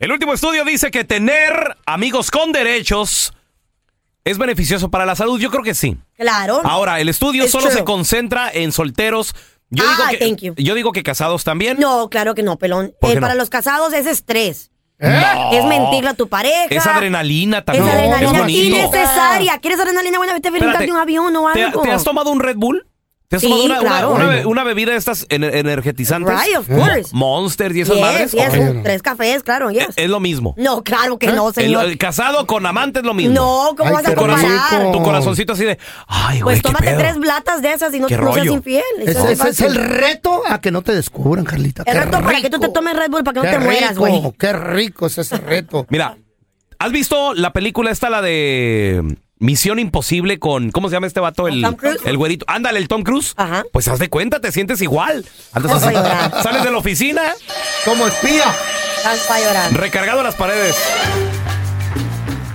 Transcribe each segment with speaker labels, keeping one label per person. Speaker 1: El último estudio dice que tener amigos con derechos es beneficioso para la salud. Yo creo que sí.
Speaker 2: Claro.
Speaker 1: Ahora, el estudio
Speaker 2: It's
Speaker 1: solo
Speaker 2: true.
Speaker 1: se concentra en solteros. Yo,
Speaker 2: Ah,
Speaker 1: digo
Speaker 2: thank
Speaker 1: que,
Speaker 2: you.
Speaker 1: yo digo que casados también.
Speaker 2: No, claro que no, pelón.
Speaker 1: ¿Por
Speaker 2: Eh,
Speaker 1: qué no?
Speaker 2: Para los casados es estrés.
Speaker 3: ¿Eh?
Speaker 1: No.
Speaker 2: Es mentirle a tu pareja.
Speaker 1: Es adrenalina también.
Speaker 2: Es
Speaker 1: Es
Speaker 2: adrenalina
Speaker 1: bonito.
Speaker 2: innecesaria. ¿Quieres adrenalina? Bueno, vete a brincarte
Speaker 1: Espérate.
Speaker 2: un avión o
Speaker 1: ¿Te,
Speaker 2: algo.
Speaker 1: te has tomado un Red Bull? ¿Te has
Speaker 2: Sí,
Speaker 1: tomado una, una-
Speaker 2: claro.
Speaker 1: una be- una bebida de estas ener- energetizantes?
Speaker 2: Right,
Speaker 3: ¿Eh?
Speaker 2: of course.
Speaker 1: Monsters y esas
Speaker 2: Yes,
Speaker 1: madres.
Speaker 2: yes,
Speaker 1: Ok. Eh,
Speaker 2: un- Tres cafés, claro, yes.
Speaker 1: Es lo mismo.
Speaker 2: No, claro que no,
Speaker 1: ¿eh? El,
Speaker 2: señor.
Speaker 1: el casado con amante es lo mismo.
Speaker 2: No, ¿cómo
Speaker 3: Ay,
Speaker 2: vas a
Speaker 3: qué
Speaker 2: comparar?
Speaker 3: rico.
Speaker 1: Tu corazoncito así de, ay, güey, qué
Speaker 2: Pues tómate
Speaker 1: pedo.
Speaker 2: tres blatas de esas y no,
Speaker 1: Qué
Speaker 2: no seas
Speaker 1: rollo.
Speaker 2: infiel.
Speaker 3: Ese,
Speaker 2: Eso es
Speaker 3: ese es el
Speaker 2: fácil.
Speaker 3: reto a que no te descubran, Carlita.
Speaker 2: El
Speaker 3: Qué
Speaker 2: reto para que tú te
Speaker 3: rico.
Speaker 2: tomes Red Bull para que
Speaker 3: Qué
Speaker 2: no te mueras,
Speaker 3: rico,
Speaker 2: güey.
Speaker 3: Qué rico es ese reto.
Speaker 1: Mira, ¿has visto la película esta, la de Misión Imposible con, ¿cómo se llama este vato? El,
Speaker 2: Tom Cruise?
Speaker 1: el güerito. Ándale, el Tom Cruise.
Speaker 2: Ajá.
Speaker 1: Pues haz de cuenta, te sientes igual. Andas
Speaker 2: Vas a
Speaker 1: así.
Speaker 2: llorar.
Speaker 1: Sales de la oficina,
Speaker 3: Como espía.
Speaker 2: Estás para llorar.
Speaker 1: recargado a las paredes.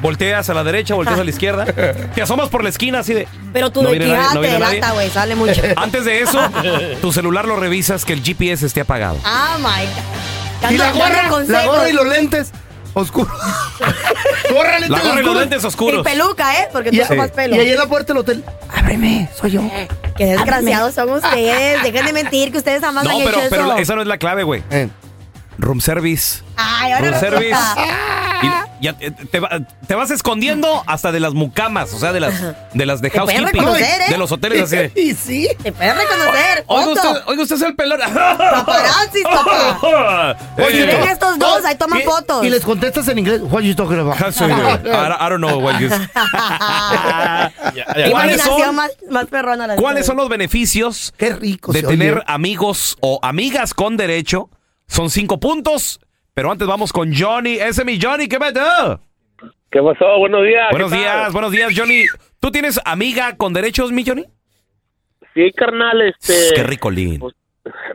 Speaker 1: Volteas a la derecha, volteas a la izquierda. Te asomas por la esquina así de...
Speaker 2: Pero tu
Speaker 1: no viene
Speaker 2: identidad
Speaker 1: nadie, no
Speaker 2: te
Speaker 1: viene nadie. Ah,
Speaker 2: delata, güey. Sale mucho.
Speaker 1: Antes de eso, tu celular lo revisas que el GPS esté apagado.
Speaker 2: Ah, my God. Dando-
Speaker 3: Y la
Speaker 2: dando
Speaker 3: gorra, la
Speaker 2: consejos.
Speaker 3: gorra y los lentes oscuros. gorra, lentes
Speaker 1: La gorra y los
Speaker 3: oscuros.
Speaker 1: lentes
Speaker 2: Y
Speaker 1: oscuros.
Speaker 2: peluca, ¿eh? Porque tú
Speaker 3: Y,
Speaker 2: tomas pelo. Eh.
Speaker 3: y Ah, ahí en la puerta del hotel. Ábreme, soy yo.
Speaker 2: Qué desgraciados son
Speaker 3: Ah.
Speaker 2: ustedes. Dejen de mentir que ustedes jamás
Speaker 1: No,
Speaker 2: han
Speaker 1: pero,
Speaker 2: hecho eso.
Speaker 1: pero esa no es la clave, güey.
Speaker 3: Eh,
Speaker 1: Room service.
Speaker 2: Ay, ahora
Speaker 1: Room
Speaker 2: resulta.
Speaker 1: service. Ah,
Speaker 3: Ah,
Speaker 1: Y ya te, te va- te vas escondiendo hasta de las mucamas, o sea, de las de las de
Speaker 2: Te pueden
Speaker 1: housekeeping,
Speaker 2: reconocer, ¿eh?
Speaker 1: de los hoteles así. de,
Speaker 3: y sí.
Speaker 2: Te puedes reconocer.
Speaker 1: Oiga
Speaker 2: Otto.
Speaker 1: usted, oiga usted es el pelón.
Speaker 2: Paparazzis, papá.
Speaker 1: Oye,
Speaker 2: Si ven a estos dos, ahí toman
Speaker 1: ¿Qué?
Speaker 2: fotos.
Speaker 3: oh, Y les contestas en inglés. What you talking about?
Speaker 1: I I don't know what you- ¿Cuáles
Speaker 2: Imaginación
Speaker 1: son,
Speaker 2: más, más perrona. la
Speaker 1: ¿Cuáles son
Speaker 2: neta.
Speaker 1: los beneficios
Speaker 3: Qué rico
Speaker 1: de
Speaker 3: se oye.
Speaker 1: tener amigos o amigas con derecho? Son cinco puntos, pero antes vamos con Johnny. Ese es mi Johnny, ¿qué metió?
Speaker 4: ¿Qué pasó? Buenos días. ¿qué
Speaker 1: Buenos
Speaker 4: tal?
Speaker 1: días, buenos días, Johnny. ¿Tú tienes amiga con derechos, mi Johnny?
Speaker 4: Sí, carnal, este...
Speaker 1: Qué ricolín.
Speaker 4: pues,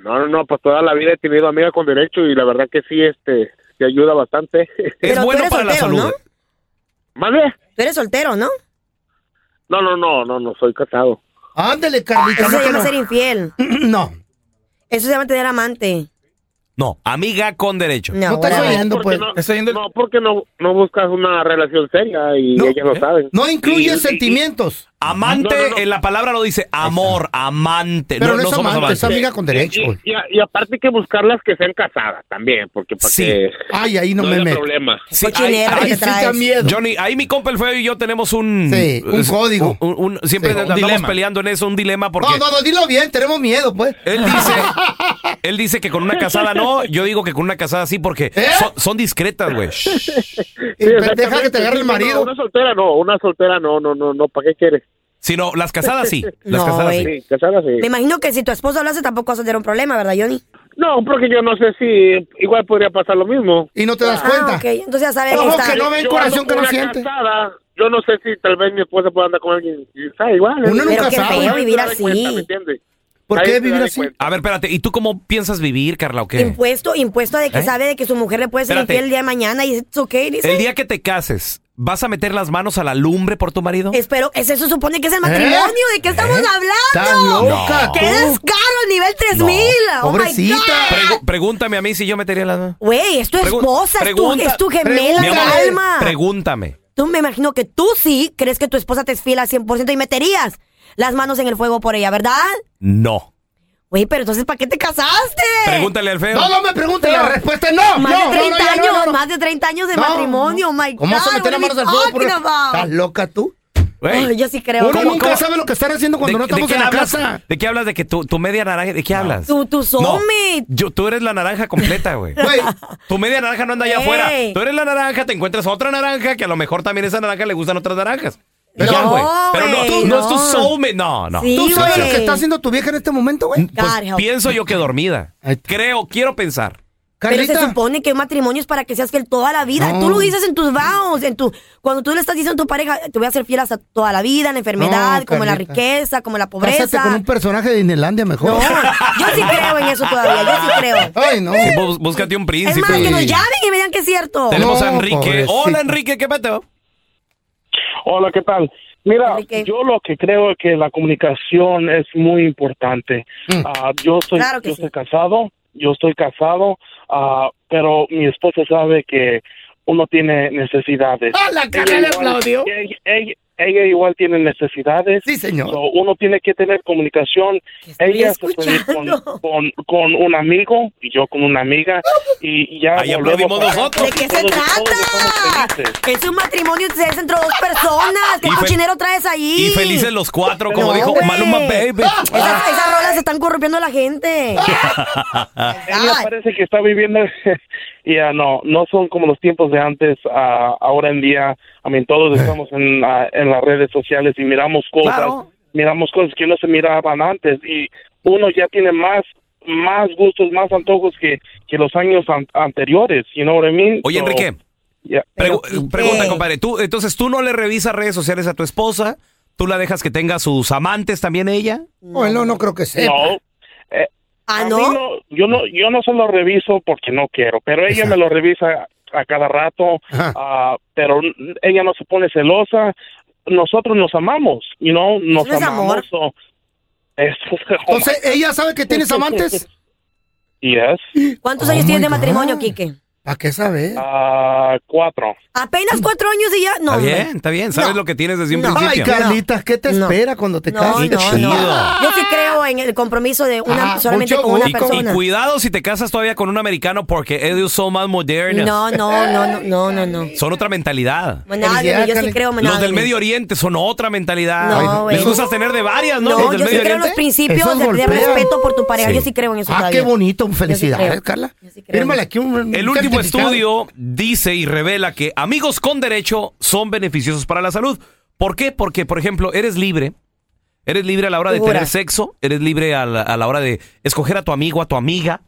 Speaker 4: no, no, no, pues toda la vida he tenido amiga con derecho y la verdad que sí, este, te ayuda bastante.
Speaker 2: Pero
Speaker 1: Es
Speaker 2: tú
Speaker 1: bueno
Speaker 2: eres
Speaker 1: para la
Speaker 2: soltero,
Speaker 1: salud.
Speaker 2: ¿no?
Speaker 1: ¿eh?
Speaker 4: ¿Madre?
Speaker 2: Tú eres soltero, ¿no?
Speaker 4: No, no, no, no, no, soy casado.
Speaker 3: Ándale, Carlita.
Speaker 2: Eso
Speaker 3: no
Speaker 2: se
Speaker 3: que
Speaker 2: llama
Speaker 3: no.
Speaker 2: ser infiel.
Speaker 3: No,
Speaker 2: Eso se llama tener amante.
Speaker 1: No, amiga con derecho.
Speaker 2: No,
Speaker 3: no te
Speaker 2: ahora-
Speaker 3: estoy oyendo,
Speaker 4: Porque
Speaker 3: pues.
Speaker 4: no,
Speaker 5: Está yendo el-
Speaker 4: no, porque no, no buscas una relación seria y
Speaker 3: No, eh,
Speaker 4: ellas lo saben.
Speaker 3: No
Speaker 4: Y-
Speaker 3: incluye
Speaker 4: y-
Speaker 3: sentimientos.
Speaker 1: Amante,
Speaker 4: No, no, no.
Speaker 1: en la palabra lo dice amor, amante.
Speaker 3: Pero no, es
Speaker 1: somos
Speaker 3: amante,
Speaker 1: amantes.
Speaker 3: es amiga con derecho.
Speaker 4: Y,
Speaker 3: güey.
Speaker 4: y- y aparte hay que buscarlas que sean casadas también, porque para
Speaker 1: Sí.
Speaker 4: que
Speaker 3: Ay, ahí no,
Speaker 4: no
Speaker 3: me
Speaker 4: haya
Speaker 3: meto.
Speaker 4: problema.
Speaker 1: Sí,
Speaker 2: Cochinero
Speaker 1: ahí-
Speaker 2: que
Speaker 3: Ahí
Speaker 2: te
Speaker 3: sí da
Speaker 2: traes.
Speaker 3: miedo.
Speaker 1: Johnny, ahí mi compa el feo y yo tenemos un...
Speaker 3: Sí, un
Speaker 1: es-
Speaker 3: código.
Speaker 1: un- un- un- siempre
Speaker 3: Sí, un
Speaker 1: andamos
Speaker 5: dilema.
Speaker 1: peleando en eso, un dilema, porque
Speaker 3: No, no, no, dilo bien, tenemos miedo, pues.
Speaker 1: él dice... Él dice que con una casada no, yo digo que con una casada sí porque
Speaker 3: ¿Eh?
Speaker 1: son, son discretas, güey.
Speaker 3: Y
Speaker 4: Sí,
Speaker 3: Eh, deja que
Speaker 4: exactamente,
Speaker 3: te agarre el
Speaker 4: sí, sí, no,
Speaker 3: marido.
Speaker 4: Una soltera no, una soltera no, no, no, no, ¿para qué quieres?
Speaker 1: Sino las casadas sí, las
Speaker 2: No,
Speaker 1: casadas sí.
Speaker 2: güey.
Speaker 4: Sí, casada sí.
Speaker 2: Me imagino que si tu esposo hablase tampoco vas a tener un problema, ¿verdad, Johnny?
Speaker 4: No, porque yo no sé si igual podría pasar lo mismo.
Speaker 3: Y no te das
Speaker 2: Ah,
Speaker 3: cuenta.
Speaker 2: ok. Entonces ya sabes
Speaker 3: Ojo
Speaker 2: que está.
Speaker 3: que no ven
Speaker 4: Yo
Speaker 3: corazón
Speaker 4: ando
Speaker 3: que
Speaker 4: con
Speaker 3: no
Speaker 4: una
Speaker 3: siente.
Speaker 4: casada, yo no sé si tal vez mi esposa pueda andar con alguien. y está igual.
Speaker 3: Uno
Speaker 4: ¿eh?
Speaker 3: nunca Pero qué sabe. feo
Speaker 2: vivir
Speaker 4: Nadie se da
Speaker 2: así.
Speaker 4: cuenta, ¿me entiendes?
Speaker 3: ¿Por
Speaker 4: Nadie
Speaker 3: qué
Speaker 4: se
Speaker 3: vivir
Speaker 4: da
Speaker 3: así?
Speaker 4: cuenta.
Speaker 1: A ver, espérate, ¿y tú cómo piensas vivir, Carla, o qué?
Speaker 2: Impuesto, impuesto de que
Speaker 1: ¿Eh?
Speaker 2: sabe de que su mujer le puede ser
Speaker 1: Espérate.
Speaker 2: infiel el día de mañana y es ok, dice.
Speaker 1: El día que te cases, ¿vas a meter las manos a la lumbre por tu marido?
Speaker 2: Espero, ¿es eso supone que es el matrimonio? ¿De qué estamos
Speaker 3: Estás
Speaker 2: hablando?
Speaker 3: ¿Eh? loca,
Speaker 2: ¡Qué
Speaker 3: tú.
Speaker 2: descaro! ¡Nivel 3000! ¡Oh, my
Speaker 3: Pobrecita.
Speaker 2: God!
Speaker 1: Pregu- pregúntame a mí si yo metería las manos.
Speaker 2: Güey, es tu
Speaker 1: Pregu-
Speaker 2: esposa, es tu,
Speaker 1: pregunta-
Speaker 2: es tu gemela
Speaker 3: Pregúntale.
Speaker 2: de alma.
Speaker 1: Pregúntame.
Speaker 2: Tú me imagino que tú sí crees que tu esposa te esfila al 100% y meterías las manos en el fuego por ella, ¿verdad?
Speaker 1: No.
Speaker 2: Güey, pero entonces, ¿para qué te casaste?
Speaker 1: Pregúntale al feo.
Speaker 3: No, no me preguntes, la respuesta es no.
Speaker 2: Más
Speaker 3: no,
Speaker 2: de 30
Speaker 3: no, no, ya,
Speaker 2: años,
Speaker 3: no, no, no.
Speaker 2: más de 30 años de
Speaker 3: No,
Speaker 2: matrimonio,
Speaker 3: no.
Speaker 2: oh my
Speaker 3: ¿Cómo vas a
Speaker 2: God,
Speaker 3: meter las
Speaker 2: what
Speaker 3: manos
Speaker 2: are
Speaker 3: al
Speaker 2: we
Speaker 3: fuego? por una-
Speaker 2: talking about?
Speaker 3: ¿Estás loca tú?
Speaker 1: Güey.
Speaker 2: Ay, yo sí creo.
Speaker 3: Uno
Speaker 2: ¿Cómo,
Speaker 3: nunca
Speaker 2: cómo?
Speaker 3: sabe lo que están haciendo cuando
Speaker 1: ¿De-
Speaker 3: no
Speaker 1: de
Speaker 3: estamos
Speaker 1: qué
Speaker 3: en la
Speaker 1: hablas?
Speaker 3: casa.
Speaker 1: ¿De qué hablas? ¿De que tu, tu media naranja? ¿De qué hablas?
Speaker 2: Tu- tu
Speaker 1: No.
Speaker 2: soulmate.
Speaker 1: Yo- tú eres la naranja completa, güey.
Speaker 3: Güey,
Speaker 1: Tu media naranja no anda allá
Speaker 2: Ey.
Speaker 1: afuera. Tú eres la naranja, te encuentras otra naranja que a lo mejor también esa naranja le gustan otras naranjas. Y
Speaker 2: No,
Speaker 1: ya, güey. Pero no,
Speaker 2: güey,
Speaker 1: tú- no es tu
Speaker 2: no.
Speaker 1: soulmate. No, no.
Speaker 2: Sí,
Speaker 3: ¿tú sabes lo que
Speaker 2: güey.
Speaker 3: está haciendo tu vieja en este momento, güey?
Speaker 1: Pues,
Speaker 2: God help.
Speaker 1: pienso yo que dormida.
Speaker 3: Ahí está.
Speaker 1: Creo, quiero pensar.
Speaker 2: Pero se
Speaker 3: Carlita.
Speaker 2: supone que un matrimonio es para que seas fiel toda la vida.
Speaker 3: No.
Speaker 2: Tú lo dices en tus vows, en tu cuando tú le estás diciendo a tu pareja, te voy a ser fiel hasta toda la vida, en la enfermedad,
Speaker 3: No,
Speaker 2: como en la
Speaker 3: Carlita.
Speaker 2: riqueza, como en la
Speaker 3: Cásate
Speaker 2: pobreza.
Speaker 3: con un personaje de Inelandia mejor.
Speaker 2: No, yo sí creo en eso todavía, yo sí creo.
Speaker 3: Ay, no.
Speaker 1: Sí, bú- búscate un
Speaker 2: Es
Speaker 1: príncipe.
Speaker 2: más, que nos
Speaker 3: Sí.
Speaker 2: llamen y me digan que es cierto.
Speaker 1: Tenemos a
Speaker 3: No,
Speaker 1: Enrique.
Speaker 3: pobrecito.
Speaker 1: Hola, Enrique, ¿qué pasó?
Speaker 4: Hola, ¿qué tal? Mira,
Speaker 2: Enrique.
Speaker 4: yo lo que creo es que la comunicación es muy importante.
Speaker 3: Mm.
Speaker 4: Ah, yo soy,
Speaker 2: Claro que
Speaker 4: yo
Speaker 2: sí.
Speaker 4: soy casado, yo estoy casado, ah, pero mi esposa sabe que uno tiene necesidades.
Speaker 3: ¡Ah, la cara
Speaker 4: Ella
Speaker 3: le
Speaker 4: igual-
Speaker 3: aplaudió!
Speaker 4: Ella, ella- ella igual tiene necesidades.
Speaker 3: Sí, señor.
Speaker 4: So, uno tiene que tener comunicación.
Speaker 2: estoy
Speaker 4: Ella se puede ir con,
Speaker 2: escuchando.
Speaker 4: con, con un amigo y yo con una amiga y ya
Speaker 1: Ahí
Speaker 4: volvemos
Speaker 1: aplaudimos
Speaker 4: a casa
Speaker 1: nosotros.
Speaker 2: ¿De qué
Speaker 4: y
Speaker 2: se
Speaker 4: todos- todos somos
Speaker 2: trata?
Speaker 4: felices.
Speaker 2: Es un matrimonio que se hace entre dos personas. ¿Qué
Speaker 1: Y fe-
Speaker 2: cochinero traes ahí?
Speaker 1: Y felices los cuatro, como
Speaker 2: No, Ah,
Speaker 1: dijo
Speaker 2: hombre.
Speaker 1: Maluma Baby.
Speaker 2: Esas, esas rolas están corrompiendo a la gente.
Speaker 4: Ella
Speaker 2: Ay,
Speaker 4: parece que está viviendo. Ya no, no son como los tiempos de antes. ah, ahora en día, a mí
Speaker 1: Eh.
Speaker 4: todos estamos en, la- en las redes sociales y miramos cosas,
Speaker 3: Claro.
Speaker 4: miramos cosas que no se miraban antes y uno ya tiene más más gustos, más antojos que, que los años an- anteriores. You know what I mean?
Speaker 1: Oye,
Speaker 4: So,
Speaker 1: Enrique,
Speaker 4: yeah.
Speaker 1: pregu-
Speaker 2: Pero,
Speaker 1: pregunta,
Speaker 2: ¿qué?
Speaker 1: compadre. Tú, entonces, ¿tú no le revisas redes sociales a tu esposa? ¿Tú la dejas que tenga sus amantes también ella?
Speaker 3: Bueno, no creo que sea.
Speaker 4: No. eh,
Speaker 2: Ah,
Speaker 4: a mí
Speaker 2: ¿no?
Speaker 4: no- yo no yo no se lo reviso porque no quiero, pero ella me lo revisa a cada rato,
Speaker 3: Ajá.
Speaker 4: ah, pero n- ella no se pone celosa. Nosotros nos amamos, you know, nos
Speaker 2: no es
Speaker 4: amamos.
Speaker 2: amor. ¿eh,
Speaker 4: so- eso- oh my-
Speaker 3: Entonces, ¿ella sabe que tienes amantes?
Speaker 4: yes,
Speaker 2: ¿Cuántos
Speaker 3: Oh
Speaker 2: años tienes
Speaker 3: my
Speaker 2: de matrimonio,
Speaker 3: God.
Speaker 2: Quique?
Speaker 3: ¿Para qué saber?
Speaker 4: ah, cuatro.
Speaker 2: Apenas cuatro años y ya. No.
Speaker 1: Está
Speaker 2: hombre.
Speaker 1: bien, está bien. Sabes
Speaker 2: No.
Speaker 1: lo que tienes desde un
Speaker 2: No.
Speaker 3: Ay,
Speaker 1: principio.
Speaker 3: Carlita, ¿qué te
Speaker 2: No.
Speaker 3: espera cuando te
Speaker 2: No,
Speaker 3: cases?
Speaker 1: Qué
Speaker 2: no, no.
Speaker 1: chido.
Speaker 2: Yo sí creo en el compromiso de una
Speaker 3: Ah,
Speaker 2: solamente
Speaker 3: mucho
Speaker 2: con una
Speaker 1: Y, cu- y
Speaker 2: persona.
Speaker 1: cuidado si te casas todavía con un americano porque ellos son más modernos.
Speaker 2: No, no, no, no, no, no, no.
Speaker 1: Son otra mentalidad.
Speaker 2: Monogamy, yo sí
Speaker 3: Cali.
Speaker 2: creo en
Speaker 1: Los del
Speaker 2: monogamy.
Speaker 1: Medio Oriente son otra mentalidad.
Speaker 2: No,
Speaker 1: Ay,
Speaker 2: güey.
Speaker 1: Les gusta tener de varias, ¿no?
Speaker 2: No,
Speaker 1: Los del
Speaker 2: yo sí
Speaker 1: Medio
Speaker 2: creo en los
Speaker 1: Oriente.
Speaker 2: principios
Speaker 3: Esos
Speaker 2: de, de
Speaker 3: golpean.
Speaker 2: respeto por tu pareja.
Speaker 1: Sí.
Speaker 2: Yo sí creo en eso.
Speaker 3: Ah,
Speaker 2: todavía.
Speaker 3: qué bonito. Felicidades,
Speaker 2: creo.
Speaker 3: Carla.
Speaker 2: Yo sí creo.
Speaker 3: Fírmale aquí un. un
Speaker 1: El último
Speaker 3: certificado.
Speaker 1: estudio dice y revela que amigos con derecho son beneficiosos para la salud. ¿Por qué? Porque, por ejemplo, eres libre. Eres libre a la hora de
Speaker 2: Segura.
Speaker 1: tener sexo, eres libre a la, a la hora de escoger a tu amigo, a tu amiga.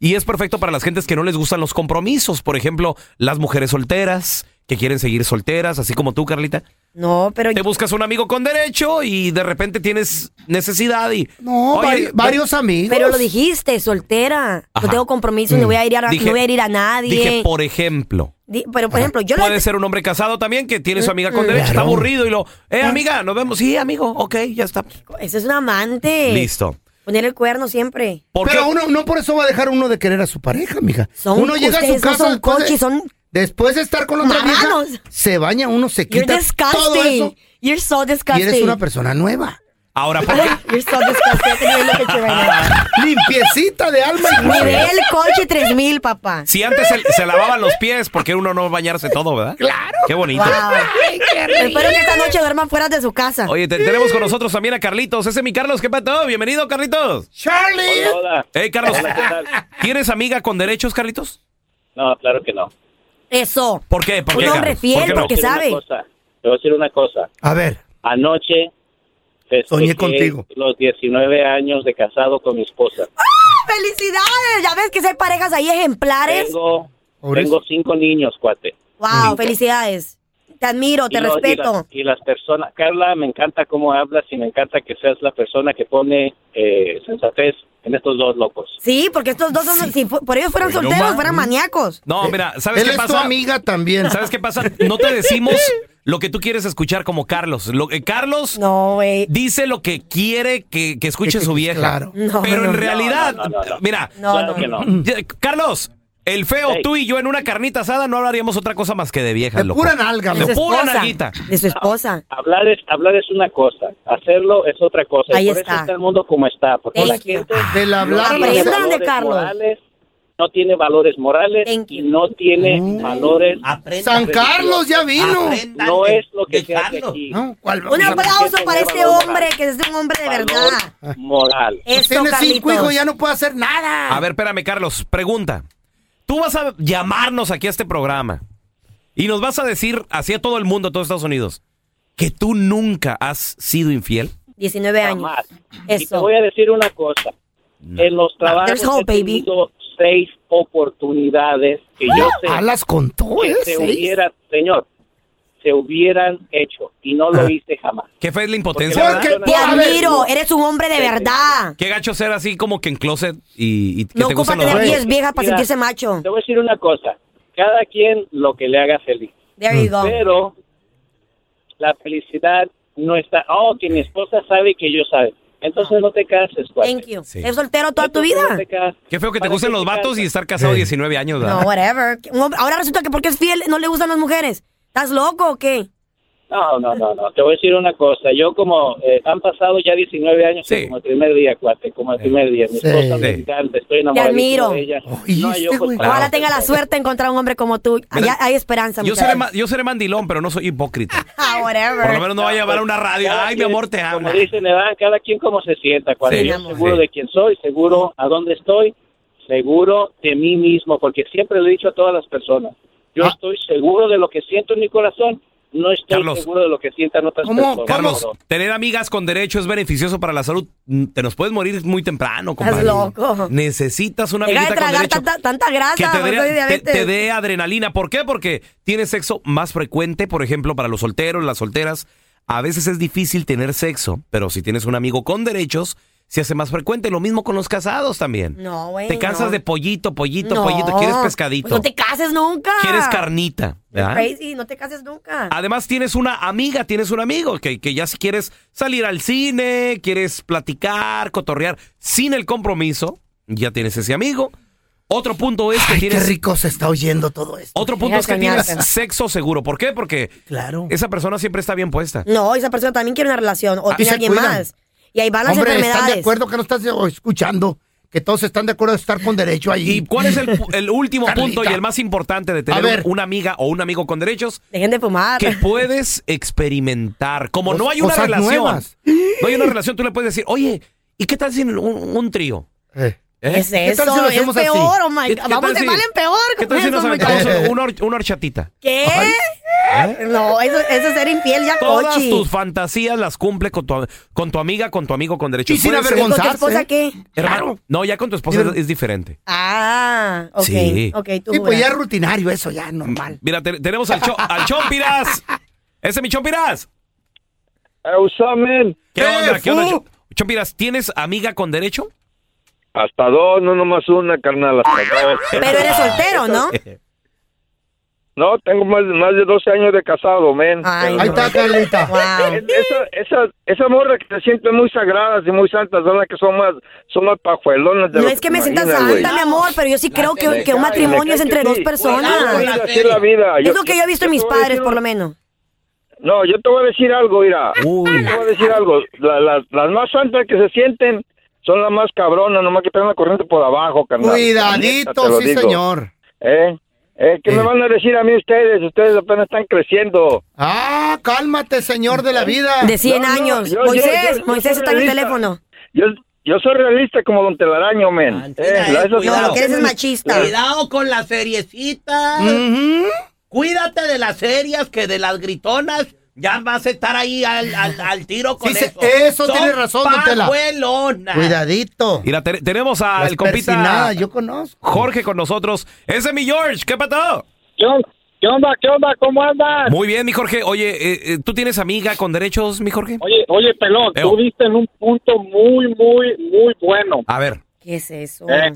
Speaker 1: Y es perfecto para las gentes que no les gustan los compromisos. Por ejemplo, las mujeres solteras que quieren seguir solteras, así como tú, Carlita.
Speaker 2: No, pero
Speaker 1: Te buscas un amigo con derecho y de repente tienes necesidad y...
Speaker 3: No,
Speaker 1: Oye,
Speaker 3: vari- varios amigos.
Speaker 2: Pero lo dijiste, soltera.
Speaker 1: Ajá.
Speaker 2: No tengo compromiso,
Speaker 3: Mm.
Speaker 2: no voy a ir a,
Speaker 1: Dije-
Speaker 2: no voy a, ir a nadie.
Speaker 1: Dije, por ejemplo.
Speaker 2: Di- pero por ejemplo, yo lo-
Speaker 1: Puede ser un hombre casado también que tiene su amiga con derecho, está
Speaker 3: Claro.
Speaker 1: aburrido y lo, eh, amiga, nos vemos. Sí, amigo, ok, ya está.
Speaker 2: ese es un amante.
Speaker 1: Listo.
Speaker 2: Poner el cuerno siempre.
Speaker 1: ¿Por qué?
Speaker 3: Pero uno no por eso va a dejar uno de querer a su pareja, mija.
Speaker 2: Son-
Speaker 3: uno llega a su
Speaker 2: ustedes no
Speaker 3: casa
Speaker 2: son
Speaker 3: después, de,
Speaker 2: coches, son
Speaker 3: después de estar con otra vieja,
Speaker 2: marranos.
Speaker 3: se baña uno, se
Speaker 2: You're
Speaker 3: quita todo eso
Speaker 2: disgusting. You're so
Speaker 3: y
Speaker 2: disgusting.
Speaker 3: eres una persona nueva.
Speaker 1: Ahora, ¿por qué?
Speaker 2: You're so disgusting. I can look at you right
Speaker 3: Limpiecita de alma y
Speaker 2: now.
Speaker 3: cuerpo.
Speaker 2: Nivel coche 3000, papá.
Speaker 1: Si antes se, se lavaban los pies, ¿por qué uno no bañarse todo, verdad? Claro. Qué bonito.
Speaker 2: Wow. Espero que esta noche duerman fuera de su casa.
Speaker 1: Oye, te- tenemos con nosotros también a Carlitos. Ese es mi Carlos, ¿qué pato? Bienvenido, Carlitos.
Speaker 3: Charlie.
Speaker 5: Hola.
Speaker 1: Hey, Carlos.
Speaker 5: Hola, ¿qué tal?
Speaker 1: ¿Tienes amiga con derechos, Carlitos?
Speaker 5: No, claro que no.
Speaker 2: Eso.
Speaker 1: ¿Por qué? ¿Por
Speaker 2: Un
Speaker 1: qué,
Speaker 2: hombre
Speaker 1: Carlos?
Speaker 2: fiel,
Speaker 1: ¿Por qué no?
Speaker 2: porque-
Speaker 5: Te voy a
Speaker 2: sabe.
Speaker 5: decir una cosa. Te voy a decir una cosa.
Speaker 3: A ver,
Speaker 5: Anoche festejé
Speaker 3: Soñé contigo.
Speaker 5: los 19 años de casado con mi esposa.
Speaker 2: ¡Felicidades! Ya ves que si hay parejas ahí ejemplares.
Speaker 5: Tengo,
Speaker 3: Por
Speaker 5: tengo
Speaker 3: eso.
Speaker 5: cinco niños, cuate.
Speaker 2: Wow, felicidades. Te admiro, te
Speaker 5: Y lo- y
Speaker 2: respeto.
Speaker 5: las- Y, las personas, Carla, me encanta cómo hablas y me encanta que seas la persona que pone eh, sensatez en estos dos locos.
Speaker 2: Sí, porque estos dos son, si fu- por ellos fueran
Speaker 1: Oye, no
Speaker 2: solteros,
Speaker 1: más.
Speaker 2: fueran maníacos.
Speaker 1: No, mira, ¿sabes
Speaker 3: Eh, él
Speaker 1: qué
Speaker 3: es
Speaker 1: pasa?
Speaker 3: tu amiga también.
Speaker 1: ¿Sabes qué pasa? No te decimos lo que tú quieres escuchar como Carlos. Lo que Carlos
Speaker 2: No, güey.
Speaker 1: dice lo que quiere que, que escuche
Speaker 3: Que- que-
Speaker 1: su vieja.
Speaker 3: claro.
Speaker 2: No,
Speaker 1: pero
Speaker 2: no,
Speaker 1: en
Speaker 2: no.
Speaker 1: realidad,
Speaker 5: No, no, no, no.
Speaker 1: mira,
Speaker 2: No,
Speaker 5: claro
Speaker 2: no.
Speaker 5: que no.
Speaker 1: ya- Carlos, el feo,
Speaker 5: Ey.
Speaker 1: tú y yo en una carnita asada no hablaríamos otra cosa más que de vieja.
Speaker 3: De
Speaker 1: loco.
Speaker 3: pura nalga,
Speaker 2: De
Speaker 1: Lo
Speaker 2: su
Speaker 3: loco.
Speaker 1: pura
Speaker 2: esposa.
Speaker 1: nalguita.
Speaker 2: De su esposa.
Speaker 5: Hablar es, hablar es una cosa, hacerlo es otra cosa. y
Speaker 2: Ahí
Speaker 5: por
Speaker 2: está.
Speaker 5: eso está el mundo como está. Porque
Speaker 2: Thank
Speaker 5: la
Speaker 2: you.
Speaker 5: gente
Speaker 3: Del hablar.
Speaker 5: tiene
Speaker 2: Aprendan
Speaker 5: valores
Speaker 2: de Carlos.
Speaker 5: morales, no tiene valores morales
Speaker 2: Thank
Speaker 5: y
Speaker 2: you.
Speaker 5: no tiene valores.
Speaker 3: San Carlos ya vino.
Speaker 5: No es lo que se hace aquí.
Speaker 3: No, ¿cuál?
Speaker 2: Un aplauso
Speaker 5: tiene
Speaker 2: para este
Speaker 5: valor
Speaker 2: hombre,
Speaker 5: moral.
Speaker 2: que es un hombre de
Speaker 5: Valor
Speaker 2: verdad.
Speaker 5: Moral.
Speaker 2: Eso,
Speaker 3: Pues Tiene cinco
Speaker 2: Carlitos.
Speaker 3: hijos, ya no puede hacer nada.
Speaker 1: A ver, espérame, Carlos, pregunta. Tú vas a llamarnos aquí a este programa y nos vas a decir así a todo el mundo, a todos Estados Unidos, que tú nunca has sido infiel.
Speaker 2: 19 años.
Speaker 5: Jamás. Y te
Speaker 2: Eso.
Speaker 5: voy a decir una cosa. En los trabajos
Speaker 2: There's hope,
Speaker 5: he
Speaker 2: baby.
Speaker 5: tenido seis oportunidades que yo
Speaker 3: Ah,
Speaker 5: sé
Speaker 3: Alas con todo,
Speaker 5: que
Speaker 3: ¿eh?
Speaker 5: se hubiera, señor, se hubieran hecho y no
Speaker 3: Ah.
Speaker 5: lo hice jamás.
Speaker 1: Qué fea es la impotencia,
Speaker 5: Porque-
Speaker 1: ¿verdad?
Speaker 3: Porque-
Speaker 2: Te
Speaker 3: A ver,
Speaker 2: admiro, eres un hombre de verdad.
Speaker 1: Qué gacho ser así como que en closet y, y que
Speaker 2: No
Speaker 1: te
Speaker 2: ocupa
Speaker 1: gustan los
Speaker 2: tener
Speaker 1: hombres.
Speaker 2: 10 viejas para
Speaker 5: Mira,
Speaker 2: sentirse macho.
Speaker 5: Te voy a decir una cosa, cada quien lo que le haga feliz,
Speaker 2: There you go.
Speaker 5: pero la felicidad no está, oh, que mi esposa sabe y que yo sabe, entonces no te cases, cuate.
Speaker 2: Thank you.
Speaker 1: Sí.
Speaker 2: ¿Es soltero toda tu
Speaker 5: Entonces no
Speaker 2: vida?
Speaker 5: te cases.
Speaker 1: Qué feo que te
Speaker 5: ¿Para
Speaker 1: gusten
Speaker 5: qué
Speaker 1: los vatos y
Speaker 5: casas?
Speaker 1: estar casado 19 años,
Speaker 2: No,
Speaker 1: ¿verdad?
Speaker 2: whatever. Un hombre- Ahora resulta que porque es fiel no le gustan las mujeres. ¿Estás loco o qué?
Speaker 5: No, no, no, no. Te voy a decir una cosa. Yo como eh, han pasado ya 19 años
Speaker 1: Sí.
Speaker 5: como el primer día, cuate, como el primer día. Mi
Speaker 3: Sí.
Speaker 5: esposa me
Speaker 1: Sí.
Speaker 5: encanta, estoy enamorado
Speaker 2: admiro.
Speaker 5: de ella.
Speaker 3: Oíste,
Speaker 5: yo
Speaker 3: güey.
Speaker 5: con-
Speaker 2: Ojalá tenga la suerte de encontrar un hombre como tú. Allá
Speaker 1: Mira,
Speaker 2: hay esperanza,
Speaker 1: yo,
Speaker 2: muchachos.
Speaker 1: seré ma- yo seré mandilón, pero no soy hipócrita.
Speaker 2: Ah, whatever.
Speaker 1: Por lo menos no va a llevar a una radio.
Speaker 5: Cada
Speaker 1: Ah, Ay, mi
Speaker 5: quien,
Speaker 1: amor, te
Speaker 5: Como
Speaker 1: habla.
Speaker 5: dicen, Edad, cada quien como se sienta. Cuando
Speaker 1: Sí,
Speaker 5: yo
Speaker 1: amor.
Speaker 5: seguro
Speaker 1: Sí.
Speaker 5: de quién soy, seguro a dónde estoy, seguro de mí mismo, porque siempre lo he dicho a todas las personas. Yo
Speaker 3: Ah.
Speaker 5: estoy seguro de lo que siento en mi corazón. No estoy
Speaker 1: Carlos.
Speaker 5: seguro de lo que sientan otras
Speaker 3: ¿Cómo?
Speaker 5: personas.
Speaker 1: Carlos,
Speaker 5: No, no.
Speaker 1: tener amigas con derecho es beneficioso para la salud. Mm, Te nos puedes morir muy temprano, compadre.
Speaker 2: loco.
Speaker 1: Necesitas una
Speaker 2: Deja de
Speaker 1: amiguita con
Speaker 2: tragar
Speaker 1: derecho.
Speaker 2: tanta, tanta
Speaker 1: que
Speaker 2: grasa.
Speaker 1: te
Speaker 2: soy
Speaker 1: dé, te-
Speaker 2: diabetes.
Speaker 1: te dé adrenalina. ¿Por qué? Porque tienes sexo más frecuente, por ejemplo, para los solteros, las solteras. A veces es difícil tener sexo, pero si tienes un amigo con derechos, se hace más frecuente. Lo mismo con los casados también.
Speaker 2: No, güey,
Speaker 1: Te cansas
Speaker 2: no.
Speaker 1: de pollito, pollito,
Speaker 2: No.
Speaker 1: pollito. Quieres
Speaker 2: Pues
Speaker 1: pescadito.
Speaker 2: no te cases nunca.
Speaker 1: Quieres carnita.
Speaker 2: You're
Speaker 1: ¿verdad?
Speaker 2: Ah.
Speaker 1: Ah.
Speaker 2: Crazy, no te cases nunca.
Speaker 1: Además, tienes una amiga, tienes un amigo que, que ya si quieres salir al cine, quieres platicar, cotorrear, sin el compromiso, ya tienes ese amigo. Otro punto es Pues que
Speaker 3: Ay, qué
Speaker 1: tienes.
Speaker 3: rico se está oyendo todo esto.
Speaker 1: Otro punto es que
Speaker 2: Fíjate,
Speaker 1: tienes
Speaker 2: fíjate.
Speaker 1: sexo seguro. ¿Por qué? Porque
Speaker 3: Claro.
Speaker 1: esa persona siempre está bien puesta.
Speaker 2: No, esa persona también quiere una relación o
Speaker 3: Ah, y
Speaker 2: tiene
Speaker 3: se
Speaker 2: alguien
Speaker 3: cuidan.
Speaker 2: más. Y ahí van las
Speaker 3: Hombre, ¿están
Speaker 2: enfermedades.
Speaker 3: de acuerdo que no estás escuchando? Que todos están de acuerdo de estar con derecho ahí.
Speaker 1: ¿Y cuál es el, pu- el último punto y
Speaker 3: Carlita.
Speaker 1: el más importante de tener
Speaker 3: A ver.
Speaker 1: una amiga o un amigo con derechos?
Speaker 2: Dejen de fumar.
Speaker 1: Que puedes experimentar. Como
Speaker 3: Cos-
Speaker 1: no hay una
Speaker 3: cosas
Speaker 1: relación.
Speaker 3: nuevas.
Speaker 1: No hay una relación, tú le puedes decir, oye, ¿y qué tal si un, un trío?
Speaker 3: Eh,
Speaker 1: ¿Eh?
Speaker 2: ¿Qué es
Speaker 3: ¿Qué tal si
Speaker 2: eso?
Speaker 3: lo
Speaker 2: es
Speaker 3: hacemos así?
Speaker 2: peor, oh my
Speaker 1: ¿Qué- qué
Speaker 2: God. Vamos
Speaker 1: tal
Speaker 2: de
Speaker 1: si-
Speaker 2: mal en peor.
Speaker 1: ¿Qué
Speaker 2: con
Speaker 1: tal si
Speaker 2: eso,
Speaker 1: nos
Speaker 2: muchachos.
Speaker 1: aventamos una, hor- una horchatita?
Speaker 2: ¿Qué?
Speaker 1: Ay.
Speaker 2: No, eso, eso es ser infiel ya,
Speaker 1: ¿Eh? Todas
Speaker 2: Cochi.
Speaker 1: tus fantasías las cumple con tu, con tu amiga, con tu amigo con derechos.
Speaker 3: Y sin
Speaker 1: Puede
Speaker 2: ¿Y
Speaker 1: ser-
Speaker 2: con tu
Speaker 3: avergonzarse.
Speaker 1: ¿eh?
Speaker 2: esposa qué?
Speaker 1: Hermano, no, ya con tu esposa
Speaker 3: Mira.
Speaker 1: es diferente.
Speaker 2: Ah, ok.
Speaker 1: Sí.
Speaker 2: Ok, tú.
Speaker 3: Sí, pues ya
Speaker 2: juras.
Speaker 3: es rutinario eso, ya normal.
Speaker 1: Mira, te- tenemos al, cho al Chompiras. Ese es mi Chompiras.
Speaker 4: Eh, what's up, man?
Speaker 1: ¿Qué
Speaker 3: ¡Eh,
Speaker 1: onda? ¿Qué
Speaker 3: fu!
Speaker 1: onda? Cho- Chompiras, ¿tienes amiga con derecho?
Speaker 4: Hasta dos, no nomás una, carnal, hasta dos.
Speaker 2: Pero eres soltero, ¿no?
Speaker 4: No, tengo más, más de 12 años de casado, men.
Speaker 2: Ay,
Speaker 3: Ahí está, Carlita.
Speaker 2: Wow.
Speaker 4: Esa, esa, esa morra que se sienten muy sagradas y muy santas son las que son más, son más pajuelonas de
Speaker 2: No
Speaker 4: lo
Speaker 2: es que me sienta
Speaker 4: imaginas,
Speaker 2: santa,
Speaker 4: güey.
Speaker 2: mi amor, pero yo sí creo que, que un
Speaker 4: Me cae, me
Speaker 2: matrimonio
Speaker 4: cae
Speaker 2: es entre
Speaker 4: que
Speaker 2: dos
Speaker 4: sí. Así
Speaker 2: personas.
Speaker 4: es, así es la vida. Yo-
Speaker 2: Es lo que yo he visto en
Speaker 4: yo
Speaker 2: mis
Speaker 4: te voy a
Speaker 2: padres,
Speaker 4: decir-
Speaker 2: por lo menos.
Speaker 4: No, yo te voy a decir algo, mira.
Speaker 1: Uy.
Speaker 4: Yo te voy a decir algo. La- la- las más santas que se sienten son las más cabronas, nomás que traen la corriente por abajo, carnal. La neta, te
Speaker 3: Cuidadito,
Speaker 4: lo
Speaker 3: sí,
Speaker 4: digo.
Speaker 3: señor.
Speaker 4: ¿Eh? ¿Eh? ¿Qué
Speaker 3: Eh.
Speaker 4: me van a decir a mí ustedes? Ustedes apenas están creciendo.
Speaker 3: Ah, cálmate, señor de la vida.
Speaker 2: De 100
Speaker 4: No, no,
Speaker 2: años.
Speaker 4: yo- yo- yo-
Speaker 2: Moisés,
Speaker 4: yo
Speaker 2: Moisés
Speaker 4: soy
Speaker 2: está en el
Speaker 4: realista.
Speaker 2: teléfono.
Speaker 4: Yo, yo soy realista como Don Telaraño, men. Eh, la- esas-
Speaker 2: No, lo que eres es machista.
Speaker 6: Cuidado con las seriecitas.
Speaker 3: Ujú.
Speaker 6: Cuídate de las serias que de las gritonas. Ya vas a estar ahí al, al- al tiro con
Speaker 3: Sí,
Speaker 6: eso.
Speaker 3: se- eso tiene razón, don Tela.
Speaker 6: pajuelonas.
Speaker 3: Cuidadito.
Speaker 1: Mira, te- tenemos
Speaker 3: Las
Speaker 1: al compita
Speaker 3: persinadas, yo conozco.
Speaker 1: Jorge con nosotros. Ese es mi George. ¿Qué patado?
Speaker 5: ¿Qué onda? ¿Qué onda? ¿Cómo andas?
Speaker 1: Muy bien, mi Jorge. Oye, eh, eh, ¿tú tienes amiga con derechos, mi Jorge?
Speaker 5: Oye, oye, pelón,
Speaker 1: Eh,
Speaker 5: tú diste en un punto muy, muy, muy bueno.
Speaker 1: A ver.
Speaker 2: ¿Qué es eso?
Speaker 5: Eh.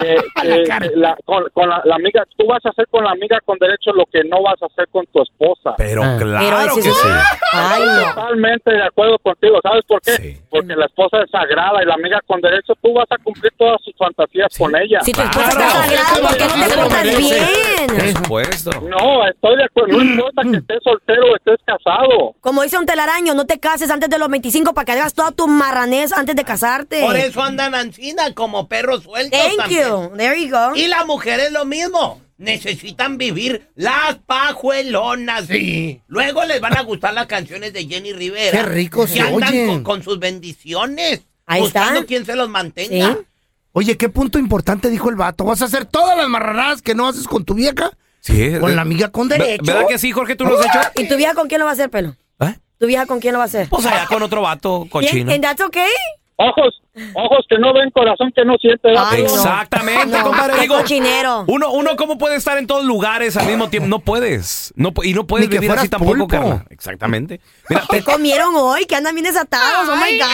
Speaker 5: Que- que la- con con la, la amiga, tú vas a hacer con la amiga con derecho lo que no vas a hacer con tu esposa.
Speaker 1: Pero
Speaker 3: Ah.
Speaker 2: Pero
Speaker 1: claro
Speaker 2: ese
Speaker 1: que
Speaker 2: es-
Speaker 1: sí.
Speaker 2: Ay, no.
Speaker 5: Totalmente de acuerdo contigo, ¿sabes por qué?
Speaker 1: Sí.
Speaker 5: Porque la esposa es sagrada y la amiga con derecho, tú vas a cumplir todas sus fantasías con ella.
Speaker 2: Si tu esposa
Speaker 1: Claro.
Speaker 2: está sagrada, ¿por qué no
Speaker 3: Sí,
Speaker 2: te
Speaker 3: lo
Speaker 2: portas
Speaker 3: merece.
Speaker 1: Por
Speaker 2: bien?
Speaker 1: supuesto.
Speaker 5: No, estoy de acuerdo, no importa que estés soltero o estés casado.
Speaker 2: Como dice un telaraño, no te cases antes de los 25 para que hagas toda tu marranés antes de casarte.
Speaker 6: Por eso andan ancina como perros sueltos.
Speaker 2: Thank
Speaker 6: también.
Speaker 2: you. There you go.
Speaker 6: Y la mujer es lo mismo. Necesitan vivir las pajuelonas.
Speaker 3: Sí.
Speaker 6: Luego les van a gustar las canciones de Jenny Rivera.
Speaker 3: Qué rico
Speaker 6: Y
Speaker 3: se
Speaker 6: andan
Speaker 3: oyen.
Speaker 6: con, con sus bendiciones.
Speaker 2: Ahí
Speaker 6: buscando
Speaker 2: está.
Speaker 6: quien se los mantenga.
Speaker 2: Sí.
Speaker 3: Oye, qué punto importante dijo el vato. Vas a hacer todas las marranadas que no haces con tu vieja,
Speaker 1: Sí.
Speaker 3: con la amiga con Ah.
Speaker 1: ¿Ve-
Speaker 3: derecho.
Speaker 1: ¿Verdad que sí, Jorge? ¿Tú lo has hecho?
Speaker 2: ¿Y tu vieja con quién lo va a hacer, pelo?
Speaker 1: ¿Eh?
Speaker 2: ¿Tu vieja con quién lo va a hacer?
Speaker 1: Pues allá con otro vato
Speaker 2: Bien,
Speaker 1: cochino.
Speaker 2: And that's okay.
Speaker 7: Ojos, ojos que no ven, corazón que no siente. ¿verdad?
Speaker 2: Ay, no.
Speaker 1: Exactamente,
Speaker 2: No,
Speaker 1: compadre.
Speaker 2: qué
Speaker 1: Digo,
Speaker 2: cochinero.
Speaker 1: Uno, uno, ¿cómo puede estar en todos lugares al mismo tiempo? No puedes. No, pu- y no puedes
Speaker 3: Ni que
Speaker 1: vivir así
Speaker 3: fueras
Speaker 1: tampoco,
Speaker 3: pulpo.
Speaker 1: Carla. Exactamente. Mira, te-
Speaker 2: ¿Qué comieron hoy? Que andan bien desatados. Oh my God.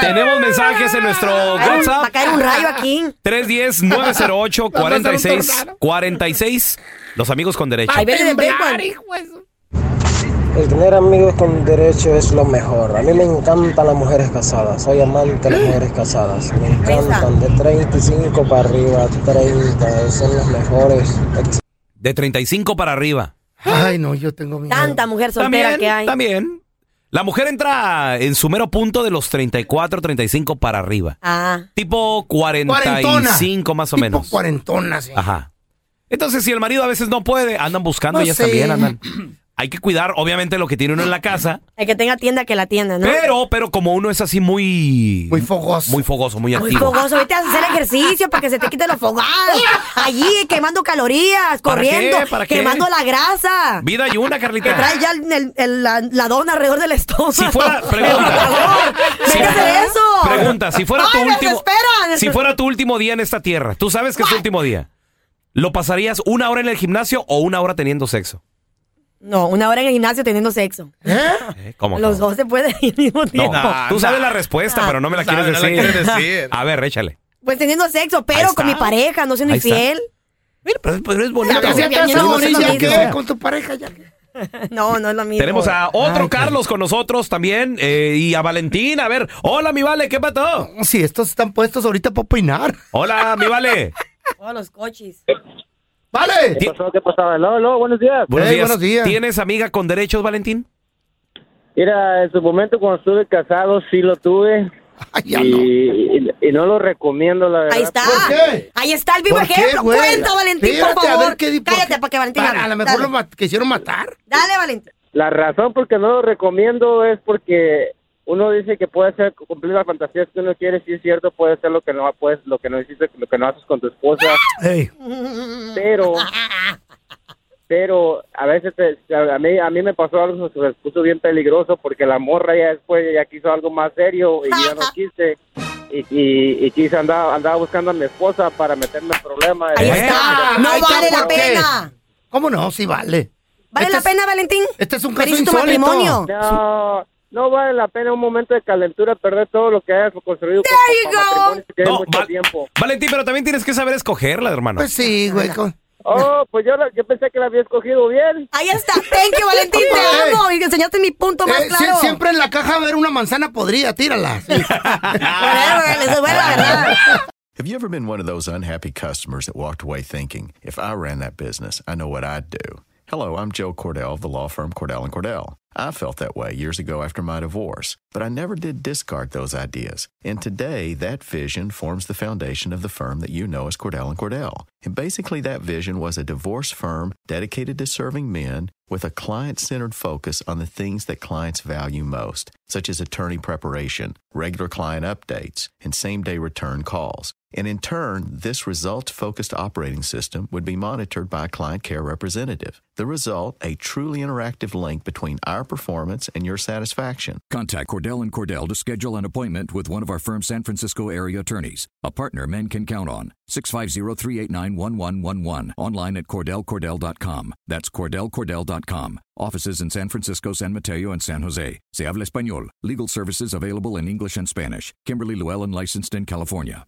Speaker 1: tenemos mensajes en nuestro
Speaker 2: Ay, Va a
Speaker 1: WhatsApp.
Speaker 2: caer un rayo aquí.
Speaker 1: 310-908-4646. Los amigos con derecho.
Speaker 2: Ay, vete de Bacon.
Speaker 8: El tener amigos con derecho es lo mejor. A mí me encantan las mujeres casadas. Soy amante de las mujeres casadas. Me encantan de 35 para arriba, 30. Son las mejores.
Speaker 1: De 35 para arriba.
Speaker 3: Ay, no, yo tengo miedo.
Speaker 2: Tanta mujer soltera
Speaker 1: También,
Speaker 2: que hay.
Speaker 1: también. La mujer entra en su mero punto de los 34, 35 para arriba.
Speaker 2: Ah.
Speaker 1: Tipo
Speaker 3: Cuarentona.
Speaker 1: 45 más o
Speaker 3: Tipo
Speaker 1: menos.
Speaker 3: cuarentona, sí.
Speaker 1: Ajá. Entonces, si el marido a veces no puede, andan buscando,
Speaker 3: No
Speaker 1: ellas
Speaker 3: sé.
Speaker 1: también andan. Hay que cuidar, obviamente, lo que tiene uno en la casa,
Speaker 2: El que tenga tienda, que la tienda, ¿no?
Speaker 1: pero, pero como uno es así muy...
Speaker 3: Muy fogoso.
Speaker 1: Muy fogoso, muy
Speaker 2: Muy
Speaker 1: activo.
Speaker 2: fogoso, vete a hacer ejercicio para que se te quiten los fogados. Allí quemando calorías,
Speaker 1: ¿Para
Speaker 2: corriendo,
Speaker 1: qué? ¿Para qué?
Speaker 2: quemando la grasa.
Speaker 1: Vida y una,
Speaker 2: Que
Speaker 1: Carlita.
Speaker 2: trae ya el- el- el- la, la dona alrededor del estómago.
Speaker 1: Si fuera-
Speaker 2: Por
Speaker 1: pregunta.
Speaker 2: favor,
Speaker 1: Si-
Speaker 2: deja hacer eso.
Speaker 1: Pregunta, si fuera tu
Speaker 2: Ay, me
Speaker 1: último...
Speaker 2: desesperan.
Speaker 1: Si fuera tu último día en esta tierra, tú sabes que es tu último día. ¿Lo pasarías una hora en el gimnasio o una hora teniendo sexo?
Speaker 2: No, una hora en el gimnasio teniendo sexo.
Speaker 3: ¿Eh?
Speaker 1: ¿Eh? ¿Cómo?
Speaker 2: Los
Speaker 1: cómo?
Speaker 2: dos se pueden al mismo
Speaker 1: No,
Speaker 2: tiempo.
Speaker 1: tú sabes la respuesta, pero no me la quieres
Speaker 9: sabes, no la
Speaker 1: decir.
Speaker 9: quieres decir.
Speaker 1: A ver, échale.
Speaker 2: Pues teniendo sexo,
Speaker 1: Ahí
Speaker 2: pero
Speaker 1: está.
Speaker 2: con mi pareja, no siendo
Speaker 1: Ahí está.
Speaker 2: infiel.
Speaker 1: Mira, pero, pero es
Speaker 3: Ya
Speaker 1: bonito.
Speaker 3: que sea
Speaker 2: Ya, ya
Speaker 3: tan
Speaker 2: no,
Speaker 3: bonita
Speaker 2: no, no,
Speaker 3: que
Speaker 2: no.
Speaker 3: sea con tu pareja ya. que-
Speaker 2: No, no es lo mismo.
Speaker 1: Tenemos a otro Carlos con nosotros también eh, y a Valentín. A ver, hola mi Vale, ¿qué pasó?
Speaker 3: Si estos están puestos ahorita para opinar.
Speaker 1: Hola mi Vale.
Speaker 2: Oh, los coches.
Speaker 3: Vale.
Speaker 7: ¿Qué pasó? ¿Qué pasó? Hello, hello, buenos días.
Speaker 3: Hey, buenos días.
Speaker 1: ¿Tienes amiga con derechos, Valentín?
Speaker 7: Mira, en su momento cuando estuve casado sí lo tuve
Speaker 3: Ay, ya no.
Speaker 7: y, y- y no lo recomiendo, la verdad.
Speaker 2: Ahí está.
Speaker 3: ¿Por qué?
Speaker 2: Ahí está el vivo
Speaker 3: ¿Por qué,
Speaker 2: ejemplo.
Speaker 3: güey?
Speaker 2: Cuenta, Valentín, por
Speaker 3: Espérate,
Speaker 2: favor.
Speaker 3: A ver qué di- por
Speaker 2: Cállate
Speaker 3: qué-
Speaker 2: para que Valentín
Speaker 3: para-
Speaker 2: hable.
Speaker 3: A lo mejor
Speaker 2: Dale.
Speaker 3: lo mat- quisieron matar.
Speaker 2: Dale, Valentín.
Speaker 7: La razón por que no lo recomiendo es porque uno dice que puede hacer cumplir las fantasías que uno quiere, sí es cierto, puede hacer lo que no puedes, lo que no hiciste, lo que no haces con tu esposa,
Speaker 3: Ey.
Speaker 7: pero pero a veces te- a mí a mí me pasó algo que se puso bien peligroso porque la morra ya después ya quiso algo más serio y ya no quise y, y, y quise andaba andaba buscando a mi esposa para meterme en problemas.
Speaker 2: Ahí
Speaker 1: Eh,
Speaker 2: está. No
Speaker 3: ahí está,
Speaker 2: vale la
Speaker 3: ¿por qué?
Speaker 2: pena.
Speaker 3: ¿Cómo no? Sí, vale.
Speaker 2: ¿Vale
Speaker 3: Este
Speaker 2: la
Speaker 3: es-
Speaker 2: pena, Valentín?
Speaker 3: Este es un
Speaker 2: Pero
Speaker 3: caso
Speaker 2: hizo tu
Speaker 3: insólito.
Speaker 2: matrimonio.
Speaker 7: No, no vale la pena un momento de calentura perder todo lo que hayas construido
Speaker 2: There
Speaker 7: con
Speaker 2: you
Speaker 7: tu
Speaker 2: go.
Speaker 7: matrimonio que es mucho
Speaker 1: Val-
Speaker 7: tiempo.
Speaker 1: Valentín, pero también tienes que saber escogerla, hermano.
Speaker 3: Pues sí, güey. con-
Speaker 7: Oh, pues yo, la- yo pensé que la había escogido bien.
Speaker 2: Ahí está. Thank you, Valentín.
Speaker 3: Oye.
Speaker 2: Te amo. Y enseñaste mi punto más
Speaker 3: Eh, sie-
Speaker 2: claro.
Speaker 3: siempre en la caja va a haber una manzana podrida, tírala. Sí.
Speaker 2: Whatever, Eso es bueno, la verdad.
Speaker 5: Have you ever been one of those unhappy customers that walked away thinking, if I ran that business, I know what I'd do? Hello, I'm Joe Cordell of the law firm Cordell and Cordell. I felt that way years ago after my divorce, but I never did discard those ideas. And today, that vision forms the foundation of the firm that you know as Cordell and Cordell. And basically, that vision was a divorce firm dedicated to serving men with a client centered focus on the things that clients value most, such as attorney preparation, regular client updates, and same day return calls. And in turn, this results focused operating system would be monitored by a client care representative. The result, a truly interactive link between our performance and your satisfaction.
Speaker 10: Contact Cordell and Cordell to schedule an appointment with one of our firm's San Francisco area attorneys, a partner men can count on. 650-389-1111. Online at cordellcordell.com. That's cordellcordell.com. Offices in San Francisco, San Mateo, and San Jose. Se habla español. Legal services available in English and Spanish. Kimberly Llewellyn licensed in California.